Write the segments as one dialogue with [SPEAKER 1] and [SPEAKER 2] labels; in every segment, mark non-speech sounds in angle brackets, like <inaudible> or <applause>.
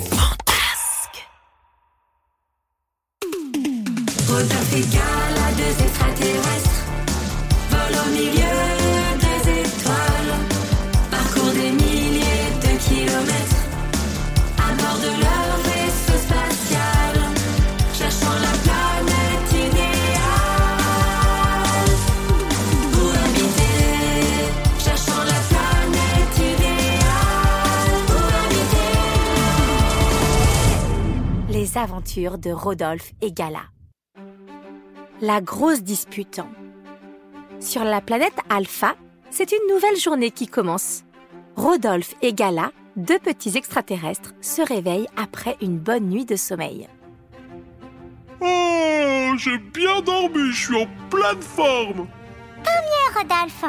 [SPEAKER 1] Fantasque.
[SPEAKER 2] Africa, la deux extraterrestres. Vol au milieu des étoiles. Parcours des milliers de kilomètres. À bord de leur vaisseau spatial. Cherchant la planète idéale. Pour habiter. Cherchant la planète idéale. Pour habiter.
[SPEAKER 1] Les aventures de Rodolphe et Gala. La grosse dispute. Sur la planète Alpha, c'est une nouvelle journée qui commence. Rodolphe et Gala, deux petits extraterrestres, se réveillent après une bonne nuit de sommeil.
[SPEAKER 3] Oh, j'ai bien dormi, je suis en pleine forme.
[SPEAKER 4] Tant mieux, Rodolphe.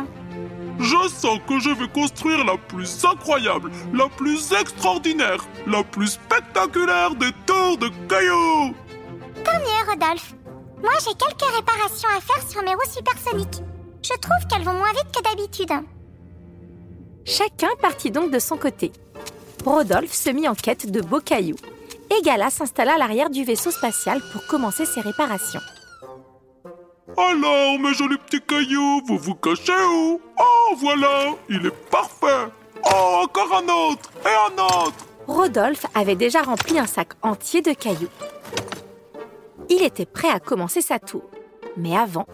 [SPEAKER 3] Je sens que je vais construire la plus incroyable, la plus extraordinaire, la plus spectaculaire des tours de cailloux.
[SPEAKER 4] Tant mieux, Rodolphe. Moi, j'ai quelques réparations à faire sur mes roues supersoniques. Je trouve qu'elles vont moins vite que d'habitude.
[SPEAKER 1] Chacun partit donc de son côté. Rodolphe se mit en quête de beaux cailloux. Et Gala s'installa à l'arrière du vaisseau spatial pour commencer ses réparations.
[SPEAKER 3] Alors, mes jolis petits cailloux, vous vous cachez où Oh, voilà, il est parfait Oh, encore un autre Et un autre
[SPEAKER 1] Rodolphe avait déjà rempli un sac entier de cailloux. Il était prêt à commencer sa tour. Mais avant,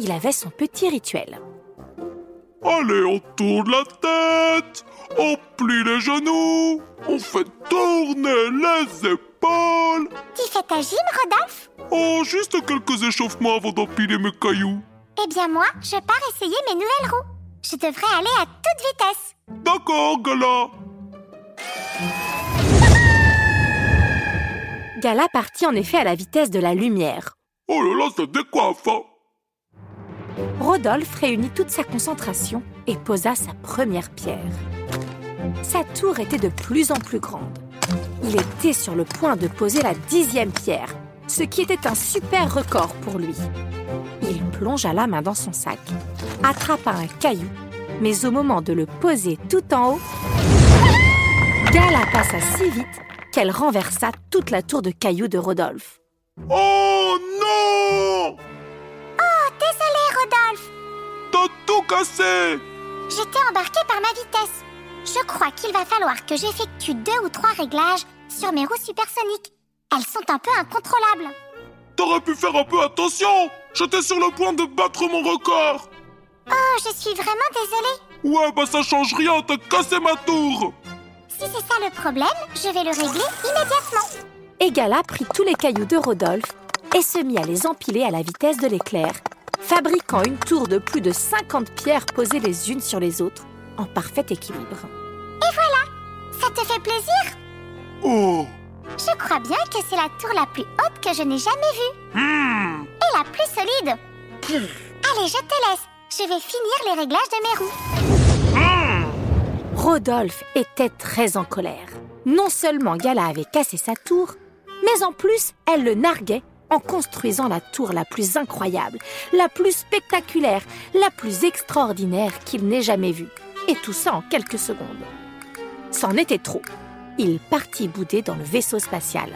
[SPEAKER 1] il avait son petit rituel.
[SPEAKER 3] Allez, on tourne la tête, on plie les genoux, on fait tourner les épaules.
[SPEAKER 4] Tu fais ta gym, Rodolphe
[SPEAKER 3] Oh, juste quelques échauffements avant d'empiler mes cailloux.
[SPEAKER 4] Eh bien moi, je pars essayer mes nouvelles roues. Je devrais aller à toute vitesse.
[SPEAKER 3] D'accord, Gala.
[SPEAKER 1] Gala partit en effet à la vitesse de la lumière.
[SPEAKER 3] Oh là là, ça décoiffe hein
[SPEAKER 1] Rodolphe réunit toute sa concentration et posa sa première pierre. Sa tour était de plus en plus grande. Il était sur le point de poser la dixième pierre, ce qui était un super record pour lui. Il plongea la main dans son sac, attrapa un caillou, mais au moment de le poser tout en haut, Gala passa si vite qu'elle renversa toute la tour de cailloux de Rodolphe.
[SPEAKER 3] Oh non
[SPEAKER 4] Oh, désolé Rodolphe
[SPEAKER 3] T'as tout cassé
[SPEAKER 4] J'étais embarqué par ma vitesse. Je crois qu'il va falloir que j'effectue deux ou trois réglages sur mes roues supersoniques. Elles sont un peu incontrôlables.
[SPEAKER 3] T'aurais pu faire un peu attention J'étais sur le point de battre mon record
[SPEAKER 4] Oh, je suis vraiment désolée.
[SPEAKER 3] Ouais, bah ça change rien, t'as cassé ma tour
[SPEAKER 4] Si c'est ça le problème, je vais le régler immédiatement.
[SPEAKER 1] Et Gala prit tous les cailloux de Rodolphe et se mit à les empiler à la vitesse de l'éclair, fabriquant une tour de plus de 50 pierres posées les unes sur les autres, en parfait équilibre.
[SPEAKER 4] Et voilà Ça te fait plaisir
[SPEAKER 3] Oh
[SPEAKER 4] Je crois bien que c'est la tour la plus haute que je n'ai jamais vue.
[SPEAKER 3] Hmm.
[SPEAKER 4] Et la plus solide. Allez, je te laisse. Je vais finir les réglages de mes roues.
[SPEAKER 1] Rodolphe était très en colère. Non seulement Gala avait cassé sa tour, mais en plus, elle le narguait en construisant la tour la plus incroyable, la plus spectaculaire, la plus extraordinaire qu'il n'ait jamais vue. Et tout ça en quelques secondes. C'en était trop. Il partit bouder dans le vaisseau spatial.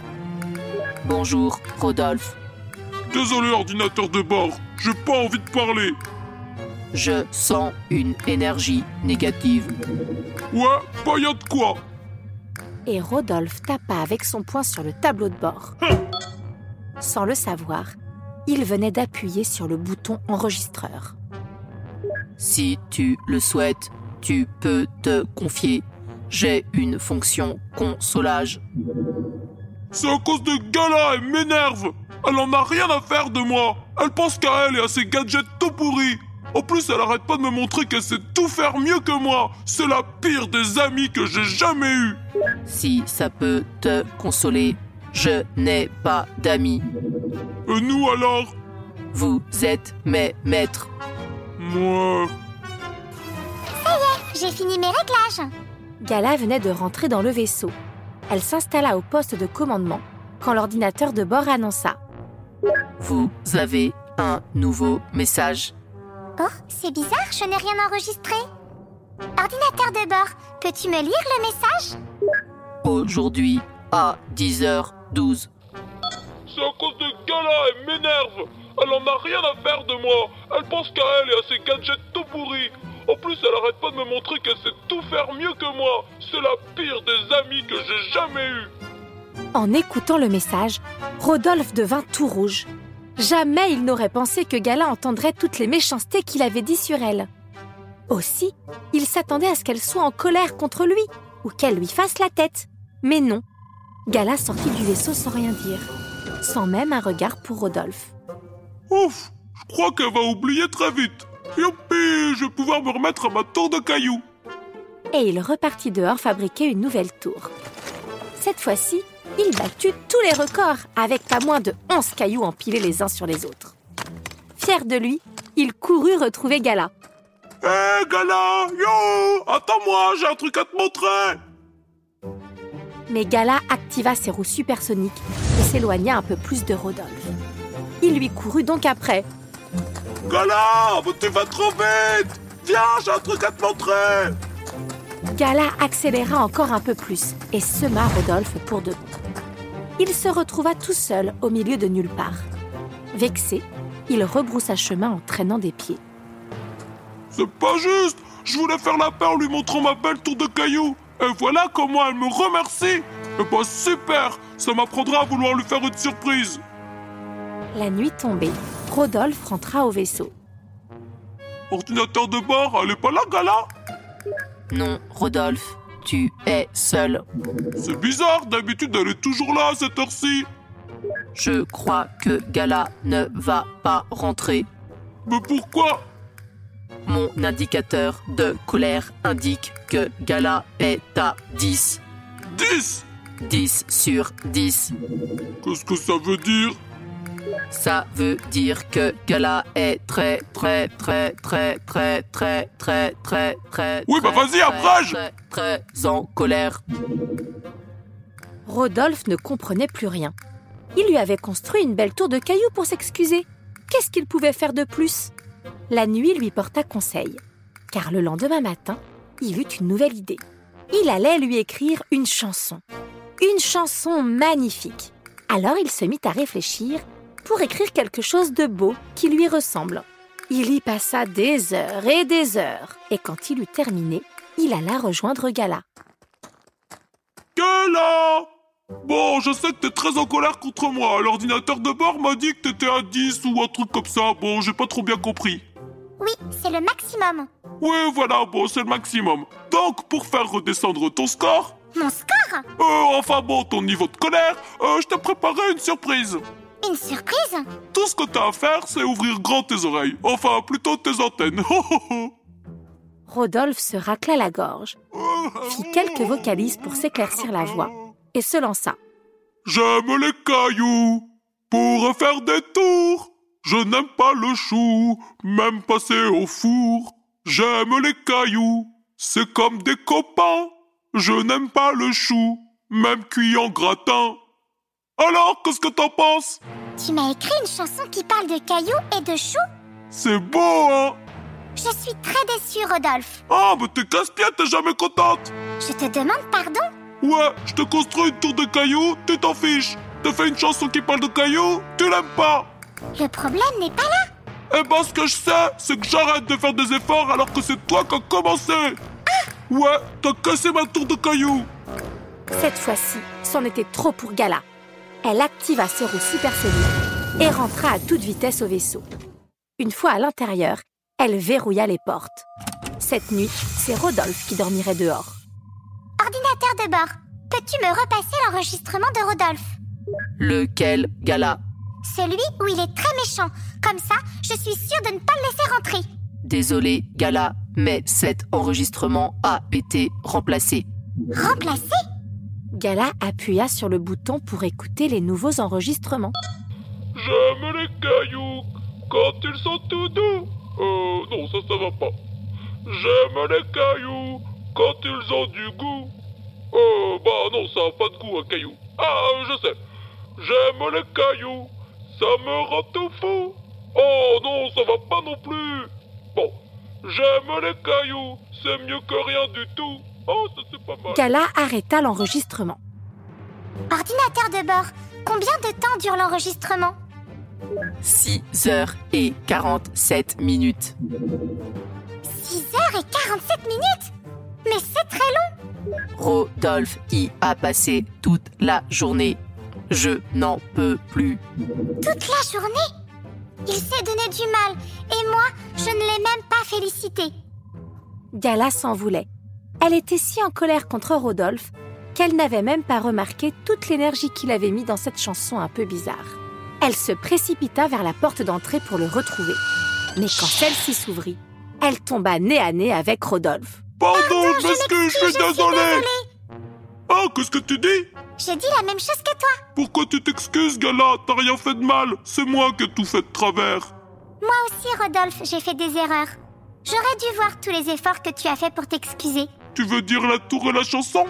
[SPEAKER 5] Bonjour, Rodolphe.
[SPEAKER 3] Désolé, ordinateur de bord, j'ai pas envie de parler.
[SPEAKER 5] Je sens une énergie négative.
[SPEAKER 3] Ouais, bah y a de quoi.
[SPEAKER 1] Et Rodolphe tapa avec son poing sur le tableau de bord. Sans le savoir, il venait d'appuyer sur le bouton enregistreur.
[SPEAKER 5] Si tu le souhaites, tu peux te confier. J'ai une fonction consolage.
[SPEAKER 3] C'est à cause de Gala, elle m'énerve. Elle en a rien à faire de moi. Elle pense qu'à elle et à ses gadgets tout pourris. En plus, elle arrête pas de me montrer qu'elle sait tout faire mieux que moi. C'est la pire des amies que j'ai jamais eue.
[SPEAKER 5] Si ça peut te consoler, je n'ai pas d'amis.
[SPEAKER 3] Et nous alors
[SPEAKER 5] Vous êtes mes maîtres.
[SPEAKER 3] Moi.
[SPEAKER 4] Ça y est, j'ai fini mes réglages.
[SPEAKER 1] Gala venait de rentrer dans le vaisseau. Elle s'installa au poste de commandement quand l'ordinateur de bord annonça.
[SPEAKER 5] Vous avez un nouveau message.
[SPEAKER 4] Oh, c'est bizarre, je n'ai rien enregistré. Ordinateur de bord, peux-tu me lire le message
[SPEAKER 5] aujourd'hui à 10h12.
[SPEAKER 3] C'est à cause de Gala, elle m'énerve. Elle en a rien à faire de moi. Elle pense qu'à elle et à ses gadgets tout pourris. En plus, elle arrête pas de me montrer qu'elle sait tout faire mieux que moi. C'est la pire des amies que j'ai jamais eue.
[SPEAKER 1] En écoutant le message, Rodolphe devint tout rouge. Jamais il n'aurait pensé que Gala entendrait toutes les méchancetés qu'il avait dit sur elle. Aussi, il s'attendait à ce qu'elle soit en colère contre lui ou qu'elle lui fasse la tête. Mais non, Gala sortit du vaisseau sans rien dire, sans même un regard pour Rodolphe.
[SPEAKER 3] Ouf, je crois qu'elle va oublier très vite. Youpi, je vais pouvoir me remettre à ma tour de cailloux.
[SPEAKER 1] Et il repartit dehors fabriquer une nouvelle tour. Cette fois-ci, il battu tous les records avec pas moins de 11 cailloux empilés les uns sur les autres. Fier de lui, il courut retrouver Gala.
[SPEAKER 3] Hé, Eh, Gala, yo, attends-moi, j'ai un truc à te montrer.
[SPEAKER 1] Mais Gala activa ses roues supersoniques et s'éloigna un peu plus de Rodolphe. Il lui courut donc après.
[SPEAKER 3] Gala, tu vas trop vite. Viens, j'ai un truc à te montrer.
[SPEAKER 1] Gala accéléra encore un peu plus et sema Rodolphe pour de bon. Il se retrouva tout seul au milieu de nulle part. Vexé, il rebroussa chemin en traînant des pieds.
[SPEAKER 3] C'est pas juste Je voulais faire la paix en lui montrant ma belle tour de cailloux. Et voilà comment elle me remercie Eh ben super Ça m'apprendra à vouloir lui faire une surprise
[SPEAKER 1] La nuit tombée, Rodolphe rentra au vaisseau.
[SPEAKER 3] Ordinateur de bord, elle est pas là, Gala
[SPEAKER 5] Non, Rodolphe, tu es seul.
[SPEAKER 3] C'est bizarre, d'habitude elle est toujours là à cette heure-ci.
[SPEAKER 5] Je crois que Gala ne va pas rentrer.
[SPEAKER 3] Mais pourquoi
[SPEAKER 5] Mon indicateur de colère indique que Gala est à 10.
[SPEAKER 3] 10
[SPEAKER 5] 10 sur 10.
[SPEAKER 3] Qu'est-ce que ça veut dire
[SPEAKER 5] Ça veut dire que Gala est très très très très très très très très très
[SPEAKER 3] Oui, bah,
[SPEAKER 5] très,
[SPEAKER 3] vas-y,
[SPEAKER 5] très,
[SPEAKER 3] abrège
[SPEAKER 5] très, très en colère.
[SPEAKER 1] Rodolphe ne comprenait plus rien. Il lui avait construit une belle tour de cailloux pour s'excuser. Qu'est-ce qu'il pouvait faire de plus La nuit lui porta conseil, car le lendemain matin, il eut une nouvelle idée. Il allait lui écrire une chanson. Une chanson magnifique. Alors il se mit à réfléchir pour écrire quelque chose de beau qui lui ressemble. Il y passa des heures et des heures, et quand il eut terminé, il alla rejoindre Gala.
[SPEAKER 3] Gala Bon, je sais que t'es très en colère contre moi. L'ordinateur de bord m'a dit que t'étais à 10 ou un truc comme ça. Bon, j'ai pas trop bien compris.
[SPEAKER 4] Oui, c'est le maximum.
[SPEAKER 3] Oui, voilà, bon, c'est le maximum. Donc, pour faire redescendre ton score,
[SPEAKER 4] Mon score
[SPEAKER 3] euh, enfin bon, ton niveau de colère, euh, je t'ai préparé une surprise.
[SPEAKER 4] Une surprise
[SPEAKER 3] Tout ce que t'as à faire, c'est ouvrir grand tes oreilles. Enfin, plutôt tes antennes. <laughs> Oh, oh, oh.
[SPEAKER 1] Rodolphe se racla la gorge, fit quelques vocalises pour s'éclaircir la voix et se lança.
[SPEAKER 3] J'aime les cailloux pour faire des tours. Je n'aime pas le chou, même passé au four. J'aime les cailloux, c'est comme des copains. Je n'aime pas le chou, même cuit en gratin. Alors, qu'est-ce que t'en penses
[SPEAKER 4] Tu m'as écrit une chanson qui parle de cailloux et de choux
[SPEAKER 3] C'est beau, hein
[SPEAKER 4] Je suis très déçue, Rodolphe.
[SPEAKER 3] Ah, mais t'es casse-pied, t'es jamais contente
[SPEAKER 4] Je te demande pardon.
[SPEAKER 3] Ouais, je te construis une tour de cailloux, tu t'en fiches. T'as fait une chanson qui parle de cailloux, tu l'aimes pas
[SPEAKER 4] Le problème n'est pas là.
[SPEAKER 3] Eh ben, ce que je sais, c'est que j'arrête de faire des efforts alors que c'est toi qui as commencé Ouais, t'as cassé ma tour de cailloux
[SPEAKER 1] Cette fois-ci, c'en était trop pour Gala. Elle activa ses roues supersoniques et rentra à toute vitesse au vaisseau. Une fois à l'intérieur, elle verrouilla les portes. Cette nuit, c'est Rodolphe qui dormirait dehors.
[SPEAKER 4] Ordinateur de bord, peux-tu me repasser l'enregistrement de Rodolphe
[SPEAKER 5] Lequel Gala
[SPEAKER 4] Celui où il est très méchant. Comme ça, je suis sûre de ne pas le laisser rentrer.
[SPEAKER 5] Désolé Gala, mais cet enregistrement a été remplacé.
[SPEAKER 4] Remplacer
[SPEAKER 1] Gala appuya sur le bouton pour écouter les nouveaux enregistrements.
[SPEAKER 3] J'aime les cailloux quand ils sont tout doux. Euh, non, ça, ça va pas. J'aime les cailloux quand ils ont du goût. Euh, bah non, ça a pas de goût, un caillou. Ah, euh, je sais. J'aime les cailloux, ça me rend tout fou. Oh non, ça va pas non plus. Bon, j'aime les cailloux, c'est mieux que rien du tout. Oh, ça c'est pas mal.
[SPEAKER 1] Gala arrêta l'enregistrement.
[SPEAKER 4] Ordinateur de bord, combien de temps dure l'enregistrement
[SPEAKER 5] 6 heures et 47 minutes.
[SPEAKER 4] 6h47 minutes Mais c'est très long
[SPEAKER 5] Rodolphe y a passé toute la journée. Je n'en peux plus.
[SPEAKER 4] Toute la journée Il s'est donné du mal et moi, je ne l'ai même pas félicité.
[SPEAKER 1] Gala s'en voulait. Elle était si en colère contre Rodolphe qu'elle n'avait même pas remarqué toute l'énergie qu'il avait mis dans cette chanson un peu bizarre. Elle se précipita vers la porte d'entrée pour le retrouver. Mais quand celle-ci s'ouvrit, elle tomba nez à nez avec Rodolphe.
[SPEAKER 3] Pardon, parce que je suis désolé. Ah, qu'est-ce que tu dis
[SPEAKER 4] J'ai dit la même chose que toi.
[SPEAKER 3] Pourquoi tu t'excuses, Gala T'as rien fait de mal. C'est moi qui ai tout fait de travers.
[SPEAKER 4] Moi aussi, Rodolphe, j'ai fait des erreurs. J'aurais dû voir tous les efforts que tu as fait pour t'excuser.
[SPEAKER 3] Tu veux dire la tour et la chanson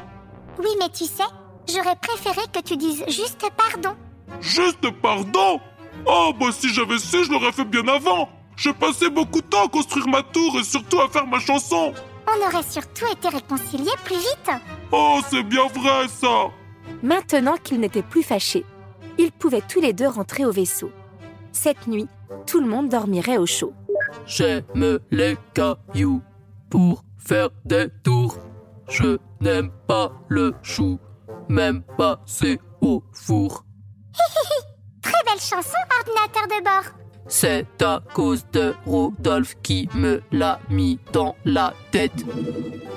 [SPEAKER 4] Oui, mais tu sais, j'aurais préféré que tu dises juste pardon.
[SPEAKER 3] Juste pardon Oh, bah si j'avais su, je l'aurais fait bien avant J'ai passé beaucoup de temps à construire ma tour et surtout à faire ma chanson
[SPEAKER 4] On aurait surtout été réconciliés plus vite.
[SPEAKER 3] Oh, c'est bien vrai ça
[SPEAKER 1] Maintenant qu'ils n'étaient plus fâchés, ils pouvaient tous les deux rentrer au vaisseau. Cette nuit, tout le monde dormirait au chaud.
[SPEAKER 5] J'aime les cailloux pour faire des tours. Je n'aime pas le chou, même pas c'est au four.
[SPEAKER 4] Très belle chanson, ordinateur de bord.
[SPEAKER 5] C'est à cause de Rodolphe qui me l'a mis dans la tête.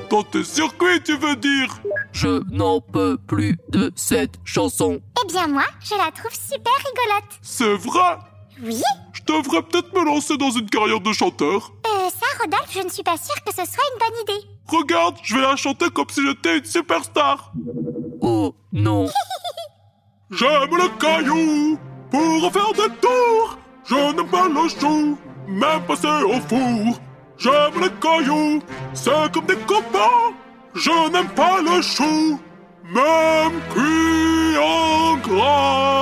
[SPEAKER 3] Dans tes circuits, tu veux dire
[SPEAKER 5] Je n'en peux plus de cette chanson.
[SPEAKER 4] Eh bien moi, je la trouve super rigolote.
[SPEAKER 3] C'est vrai
[SPEAKER 4] Oui
[SPEAKER 3] Je devrais peut-être me lancer dans une carrière de chanteur.
[SPEAKER 4] Euh, ça, Rodolphe, je ne suis pas sûre que ce soit une bonne idée.
[SPEAKER 3] Regarde, je vais la chanter comme si j'étais une superstar
[SPEAKER 5] Oh non,
[SPEAKER 3] J'aime le caillou pour en faire des tours. Je n'aime pas le chou, même passé au four. J'aime le caillou, c'est comme des copains. Je n'aime pas le chou, même cuit en gras.